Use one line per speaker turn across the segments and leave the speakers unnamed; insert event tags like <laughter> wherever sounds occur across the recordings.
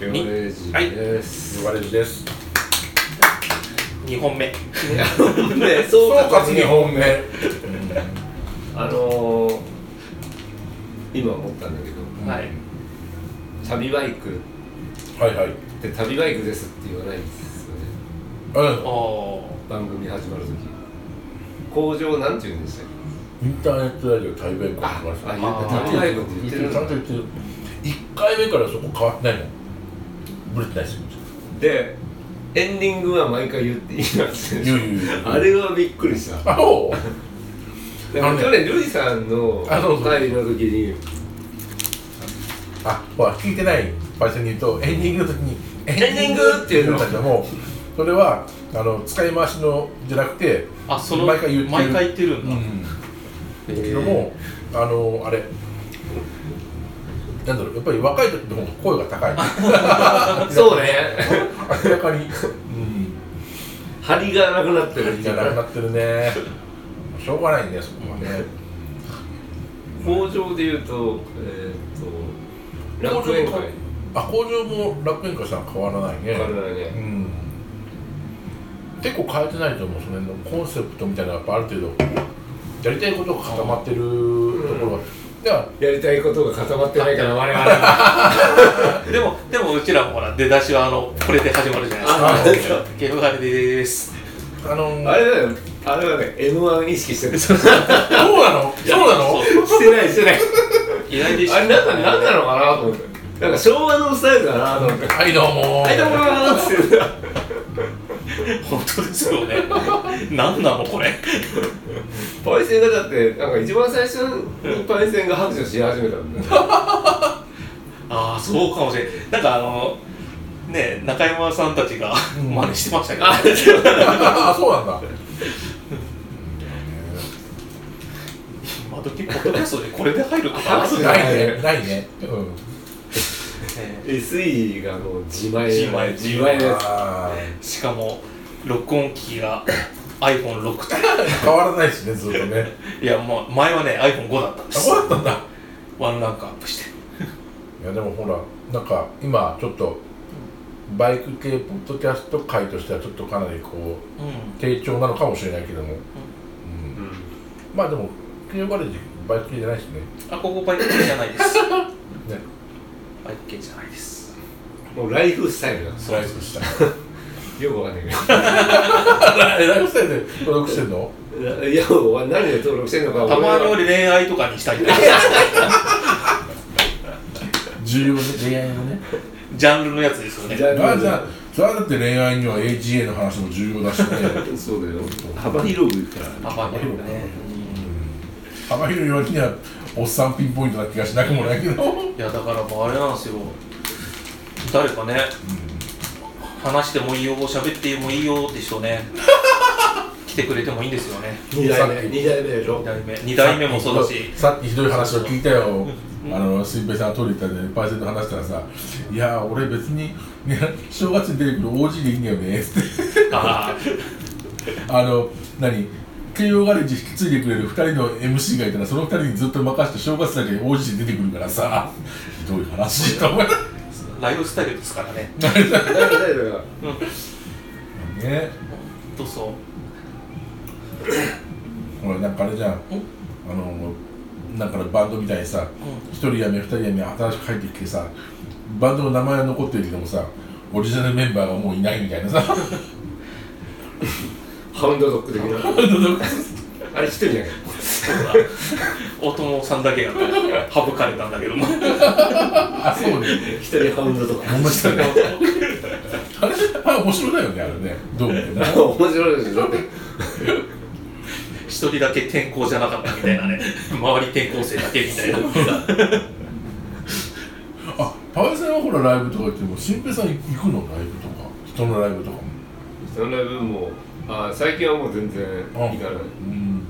レージです、
呼ばれるです
2本 <laughs> 目
で
総
総括
括
に
2本目
あのー、今思ったんだけど
はい
旅バイクっ
はいはい
て旅バイクですって言わないんですよね
うん
おー
番組始まるとき工場なんて言うんでしたっ
インターネットラジオ台北
け
から来ました
あ
ね
言っ
あ
て
ー
旅バイクって言ってるん
ちゃん
だ
と言ってる1回目からそこ変わってないのブレてないですよ
でエンディングは毎回言っていいなんですよ
言う言う言う
あれはびっくりした
あそう
だから去年ルイさんの
あそうそう
会の時に
あほら聞いてないパイセンに言うとエンディングの時に「エン
ディングっていうの
だけどもそれはあの使い回しのじゃなくて
あその
毎回言ってる
毎回言ってる
うん
だ、
んけどもあのあれなんだろうやっぱり若い時って本当声が高い
そうね
明らかにうん
張りがなくなってる
じゃなくなってるねしょうがないねそこはね
工場で言うとえっ、と楽園会
あ工場も楽園会さん変わらないね
変わらないね
うん結構変えてないと思うその辺のコンセプトみたいなのがやっぱある程度やりたいことが固まってるところは、じゃ
やりたいことが固まってないから我々は
でもでもうちらもほら出だしはあのこれで始まるじゃないですか
あそう
「ゲームガレでーす
ああのー
あれだよあれはね m 1意識してるして
そうなのそうなの
ないしてない
依頼で
<laughs>
し
あれなんかなんなのかなと思ってなんか昭和のスタイルだなと思って
はいどうも
はいどうもーって言って
本当ですよね何なのこれ
パイセンがだってなんか一番最初にパイセンが拍手し始めたん <laughs> だよ
ああそうかもしれないなんかあのね中山さんたちが
うん
真似してましたけど、
あそう
ああそうなんだ
今時ポッドキャストでこれで入るとかあ
拍手
るん
が
だ
ないねないねうん
ね
SE がもう自前
自前
自前のやつ
あー
しかも録音機が iPhone6 と
変わらないしねずっとね
いやもう前はね iPhone5 だったんで
あ
す
そうだったんだ
ワンランクアップして
いやでもほらなんか今ちょっとバイク系ポッドキャスト界としてはちょっとかなりこう
うん
低調なのかもしれないけども、うんまあでも呼ばれてバイク系じゃないしね
あここバイク系じゃないです
ね
バイク系じゃないです
もうライフスタイルだ
スライスした
よくわかんないけ
ライフスタイルで登録してん <laughs> の
どいや何で登録してんのか
た
俺
ま
は
に俺恋愛とかにしたいな
重要ね恋愛のね
ジャンルのやつですよね
ジャンル
まあじゃあそれはだって恋愛には AGA の話も重要だし <laughs> ね
そうだよ幅広くから
あまあでもね
幅広い割にはおっさんピンポイントな気がしなくもないけど
いやだからもうあれなんですよ誰かね、話してもいいよ喋ってもいいよって人ね <laughs> 来てくれてもいいんですよね
二代目二代目でしょ
2代目二代目もそうだし
<laughs> さっきひどい話を聞いたよあの水平さんトイレ行ったんでパイセンと話したらさ「いやー俺別に、ね、正月に出てくる OG でいいんだよね」って
あ
あの何慶応ガレージ引き継いでくれる2人の MC がいたらその2人にずっと任せて正月だけ OG で出てくるからさひどい話と思いなが
ーライフスタイルですからね
誰だ誰だ
らね
どうぞ
ほらなんかあれじゃんあのなんかのバンドみたいにさ1人辞め2人辞め新しく入ってきてさバンドの名前は残ってるけどもさオリジナルメンバーがもういないみたいなさ
ハウンドドッグ的なあれ一人じゃない
大友さんだけが省かれたんだけども
<laughs> あそうね
一人ハウンドドッグ
面白いねあれあ面白いだよねあれねどうもね
面白いですよだって
<laughs> 一人だけ転校じゃなかったみたいなね周り転校生だけみたいな
あパイセンはほらライブとか行っても新平さん行くのライブとか人のライブとかも
そのライブもあ最近はもう全然行かない
うん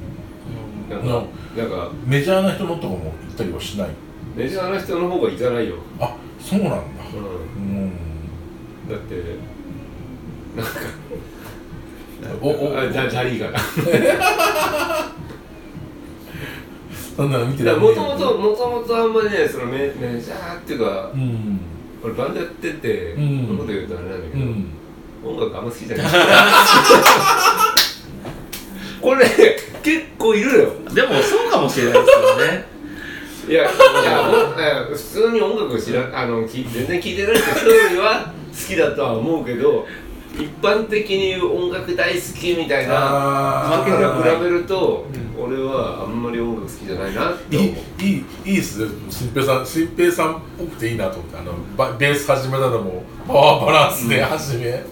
なん
う
かなんか
メジャーな人のとかも行ったりはしない
メジャーな人の方が行かないよ
あそうなんだ
うん
うん
だって
お
<laughs>
お
あジャジャリーガー
そんなの見て
だから
も
もともともともとあんまりねそのメメジャーっていうか
うん
俺バンドやってて、
うん
そんなこと言うとあれなんだけ
う
ど、
ん
音楽あんま好きじゃ <laughs> ないこれ結構いるのよ
でもそうかもしれないですよね
いや、いやもうね普通に音楽知らあのき全然聴いてない人は好きだとは思うけど一般的に言う音楽大好きみたいな
あ
関
ー
係から比べると、俺はあんまり音楽好きじゃないなって
い
思う
いいいいいっすね新平さん新平さんっぽくていいなと思ってあのバベース始めたのもパワーバランスで始め、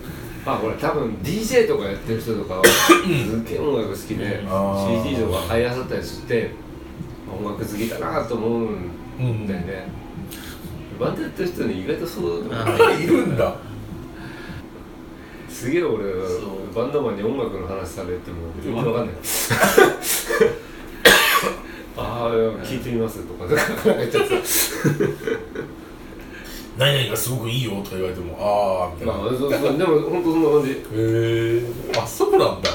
まあこれ多分 DJ とかやってる人とかはすっげえ音楽好きで
あー
CD とか買いあさったりして音楽好きだなと思うんだよね、バンドやってる人に意外とそうだな
あいるんだ
すげえ俺
そう
バンドマンに音楽の話されても全然わ
<laughs>
かんないああ聞いてみますとかなんか言っちゃってさ
何々がすごくいいよとか言われてもああみたいな、
まあそうそうでも本当そんな感じ
へえあそうなんだ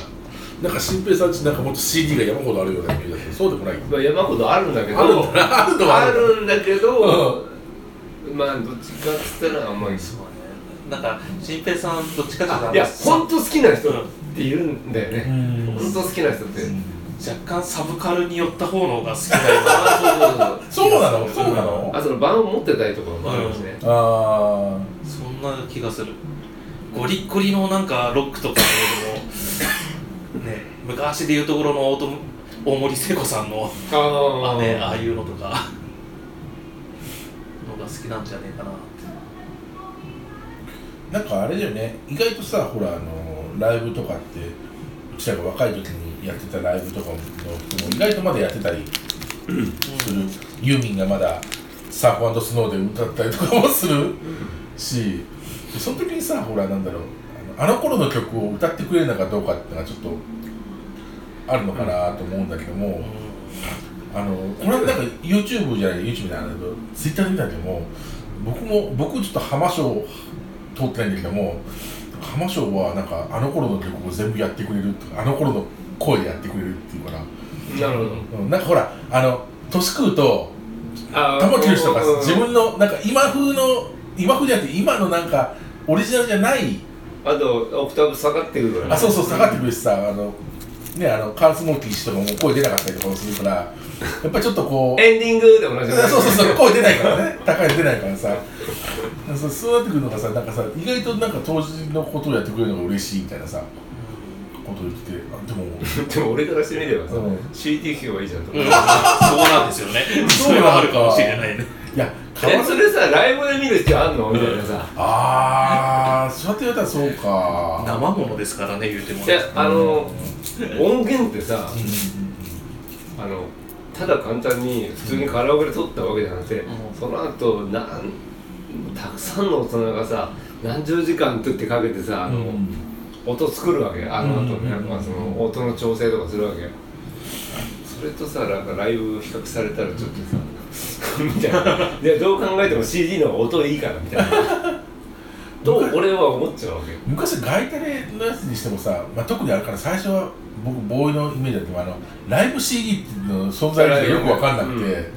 なんか新平さんちなんかもっと CD が山ほどあるようなイメージだけどそうでもない
まあ山ほどあるんだけど
あるんだあるのは
あ
ある
るんだけど、まあどっちかっつったらあんまり
そうねなんか新平さんどっちかというと
いや本当好きな人っているんだよね本当好きな人って
若干サブカルに寄った方の方が好きだよな
ああ
そうなのそうなの
あその盤を持ってたりとかもあるしね
あ
そんな気がするゴリッゴリのなんかロックとかよりもね昔でいうところの大友大森聖子さんの
ああ
あ,、ね、ああいうのとかのが好きなんじゃねえかなって
ーなんかあれだよね意外とさほらあのライブとかってうちらが若い時にやってたライブとかの人も意外とまだやってたりする、ユーミンがまだサーフスノーで歌ったりとかもするしその時にさほらなんだろうあのあの頃の曲を歌ってくれるのかどうかっていうのがちょっとあるのかなと思うんだけども、あのこれなんか YouTube じゃない YouTube じゃないけど Twitter で見たけども僕も僕ちょっと浜賞通ってないんだけども浜賞はなんかあの頃の曲を全部やってくれるとかあの頃の声でやってくれるっていうから、
なるほど
うん、なんかほらあの年食うと
あ
玉木宏とか
うん
自分のなんか今風の今風じゃなくて今のなんかオリジナルじゃない
あとオクターブ下がってくるから
あそうそう下がってくるしさあのねあのカール・スモーキー氏とかも声出なかったりとかもするからやっぱりちょっとこう
エンディングで同じ
<laughs> そうそうそう声出ないからね高いの出ないからさそうそうなってくるのがさなんかさ意外となんか当時のことをやってくれるのが嬉しいみたいなさことを言っててあでも
でも俺からしてみればさ、
うん
CD 聴けばいいじゃんとか、
うん、そうなんですよね
そ
<laughs> そううれ
なのか
はあるかもしれないね
いや
えそれさライブで見る必要あんのみたいなさ、
ああそうやって言われたらそうか
生ものですからね言うても
いやあの音源ってさあのただ簡単に普通にカラオケで撮ったわけじゃなくて、
うん
その後なんたくさんの大人がさ何十時間ってかけてさあの、音作るわけあの後
うんうん
ね、
うんうん
まあ、その音の調整とかするわけよそれとさなんかライブ比較されたらちょっとさ
<laughs>
みたいないやどう考えても CD の方が音いいからみたいな
<laughs>
と俺は思っちゃうわけよ
昔ガイタレのやつにしてもさ、まあ、特にあれから最初は僕ボーイのイメージだけどあのライブ CD っていうのの存在がよく分かんなくて、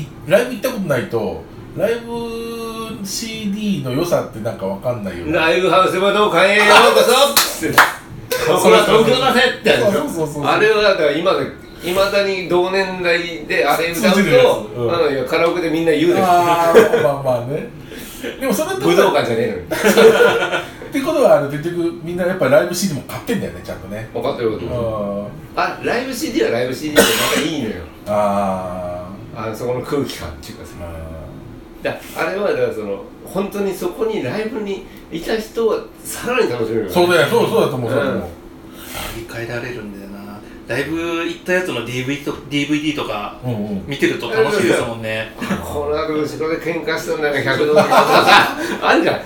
いライブ行ったことないとライブ CD の良さってなんか分かんないよね
ライブハウスはどうかへようこそってそら東京だぜってやつでしょ
そうそうそうそう
あれはだから今だいまだに同年代であれ歌う
通じるやつ
と、
うん
あのいやカラオケでみんな言うでしょ
あーまあまあねでもそれってこ
武
と
道
は
館じゃねえのに
ってことはあの結局みんなやっぱライブ CD も買ってんだよねちゃんとね
分かってるこ
う
と、
ん
あライブ CD はライブ CD でまたいいのよ
あ
あそこの空気感っていうかさ
ーあ
だあれはだからその本当にそこにライブにいた人はさらに楽しめるよ
ー
ね
そうだよそうそうだと思うそうだと思う、
振り返られるんだよなライブ行ったやつの DVD と DVD とか
うんうん
見てると楽しいですもんね
この後後ろで喧嘩したんだから100ドルとかさあんじゃん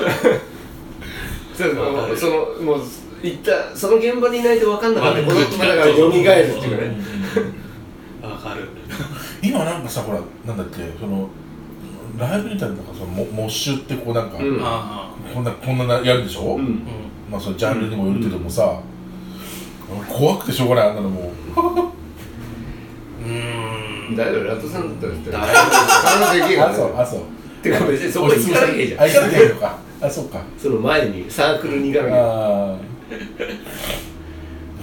そう
わかる
そのもう行ったその現場にいないと分かんなかった
わ
こ
か
の
る
まあだから蘇るっていうか
うんう
ね
ん
わかる
今なんかさほらなんだっけそのライブみたいななんかそのモモッシュってこうなんか、
うん
ああ
こんなこんなやるでしょ、
うん
う
まあそのジャンルにもよるけどもさ、俺怖くてしょうがないあんなのもう
ーん
大丈夫ラットさんだったら言って
大丈
可能性できる
あそうあそう
てか別にそこ行かなきゃいいじゃ
あ
ん
行かなきゃいいのかあそうか
その前にサークルに行かなきゃいい
あ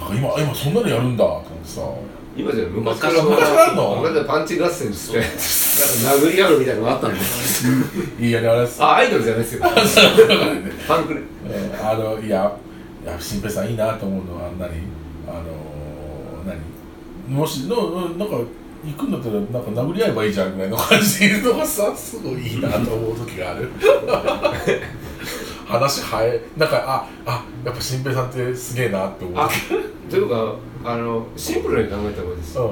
あなんか今今そんなのやるんだと思ってさ
今じゃ昔から
昔
からあんの
昔からパンチ合戦っつってなんか殴り合うみたいなのがあったんです
いいやりあれです
あアイドルじゃないですよファンクル
うんあのいやいや新平さんいいなと思うのは何あの何もしののなんか行くんだったらなんか殴り合えばいいじゃんぐらいの感じでいるのがさすごいいいなと思う時が
<laughs>
ある話早いなんかああやっぱ新平さんってすげえなって思う
あというかあのシンプルに考えた方がいいです
う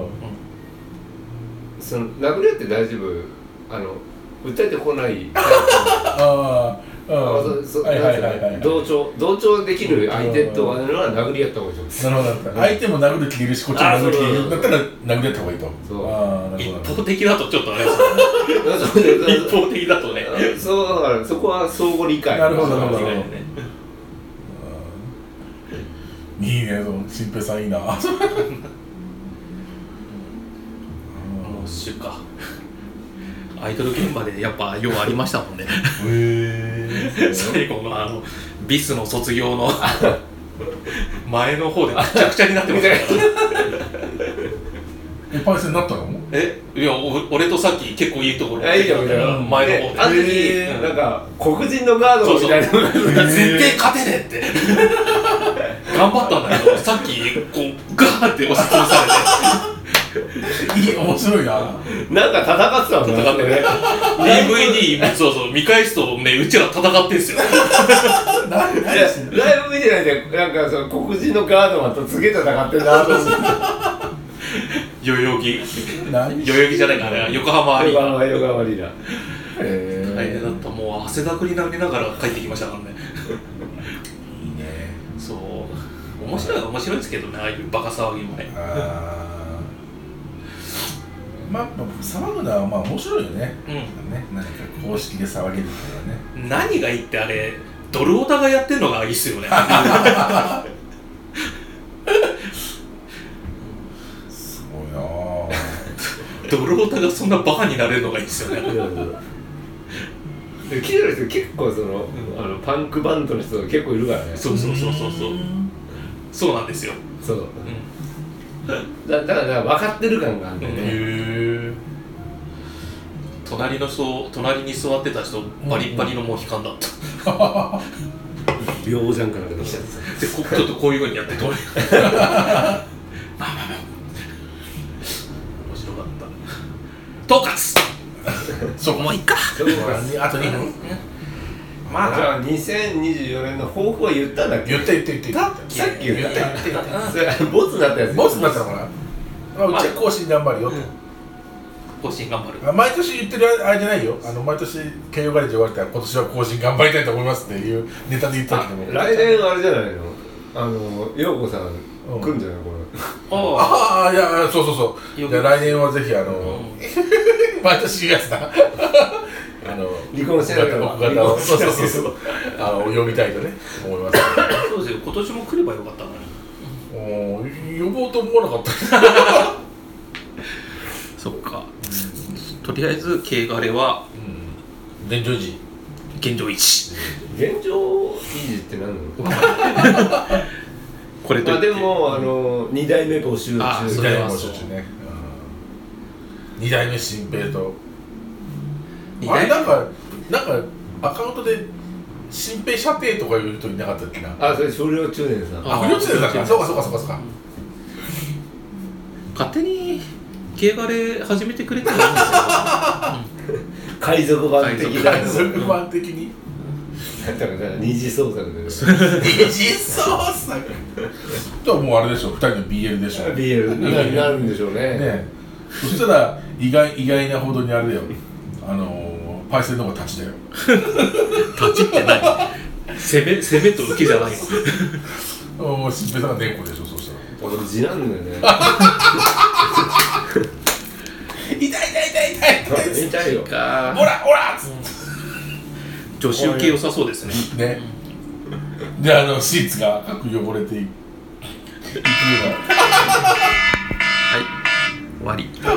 その殴り合って大丈夫あの訴えてこない
ああ、うん、
あそうそう
はいはいはいは
なん
い。
ていうの同調同調できる相手と
う
あのは殴り合った方がいいと思います
なるほどなるほど。相手も殴る気いるし、こっちも殴る気いる。だったら殴り合った方がいいと。
そう
ああ、なる
一
ほど。
方的だとちょっとあれですよね <laughs> 一方的だとね
そうだからそこは相互理解
なるほどなるほど
間違いないね
いいね、その新平さんいいな。あ
もう出荷アイドル現場でやっぱようありましたもんね
ーへ
<laughs>
え。
最後のあのビスの卒
<laughs>
業の前の方でめちゃくちゃになってましたから
え、パイセンになったの？
えいやお俺とさっき結構いいところ
あいいよみたいな
前の方で
であの
へ
時
ー
なんか黒人のガードみたいなのが
ー
絶対勝てねえっ
<laughs>
て頑張ったんだけどさっきこうガーって押しつぶさ
いい、面白いな。
なんか戦ってたもん
戦ってねれて DVD そうそう見返すとねうちら戦ってんすよ
何
い
何
や
してんの？
ライブ見てないでなんかその黒人のガードマンとすげえ戦ってんなと思って
代々木
何
代々木じゃないかあれは横浜アリー
横
ナ
浜横浜アリーナ
へ
大変だっ
え。
たもう汗だくになりながら帰ってきましたからね
いいね。
そう面白いは面白いですけどねああいうバカ騒ぎもね
ああ。まあ、騒ぐのはまあ面白いよね。
う
ね、何か公式で騒げるからね。
ん何がいいってあれドルオタがやってるのがいいっすよね <laughs>
すごいなぁ。
ドルオタがそんなバカになれるのがいいっすよね
で聞いてる人結構そのあのパンクバンドの人結構いるからね
そうそうそうそうそうそうなんですよ、
そう
う
だだから分かってる感があるんだよ
へ
ね
え。
ん、隣の人隣に座ってた人バリッバリのモヒカンだった、
秒じゃんかなんかできちゃってさ
でこちょっとこういうふうにやってどう面白かった統括
<laughs> そう、もういっ <laughs> か。あと2分。
ま
じゃあ2024年の抱負は言ったんだっけ
言った言った言った。
さっきさっき言ったよ
言った。
それボツになったやつ
ボスになったのかなあうちは更新頑張るよと。
更新頑張る
あ毎年言ってるあれじゃないよ。あの、毎年、慶応ガレージ終わったら、今年は更新頑張りたいと思いますっていうネタで言ったけども。
来年あれじゃないのあの陽子さん
うん
来んじゃないこ
あ
ああ、いや、そうそうそう。
よ
じゃあ来年はぜひ、あの、毎年言うやつだ。あの、
れ離婚してないから
僕方を、そうそうそうそう。あの、読みたいとね、思います。
そうですよ今年も来ればよかったのに
おー呼ぼうと思わなかった
そっか、とりあえず軽ガレは
うん現状維持
現状維持
現状維持って何なの
これと
ま
いっ
あ
て
でもあの二代目募集
あ
二
そ
中
れ
代目
は
募
う
集中ねうん二代目新平と
二
あれ
代
なんかなんかアカウントで新平射程とかいう人いなかったっけな
あそれ少量中年さん
あ不良中だからそうかそうかそうかそうか
勝手に軽ガレ始めてくれてもいいんですよ
海賊版的
海
な
海賊版的に
だから <laughs> 二次創作で
二次
<laughs>
創作とはもうあれでしょ二人の BL でしょね
BL になるんでしょうね
そしたら意外意外なほどにあれだよあのーパイセンの方が立ちだよ
立ちってない攻め攻めと受けじゃ <laughs> ないの
おー新平さんが猫でしょそうしたら
俺次男だよ <laughs> ね
痛い痛い痛い痛い
見たいよ
ほ
から
ほらっつっ
女子受け良さそうですね
てねであのシーツが赤く汚れていくよう
はい
お
終わり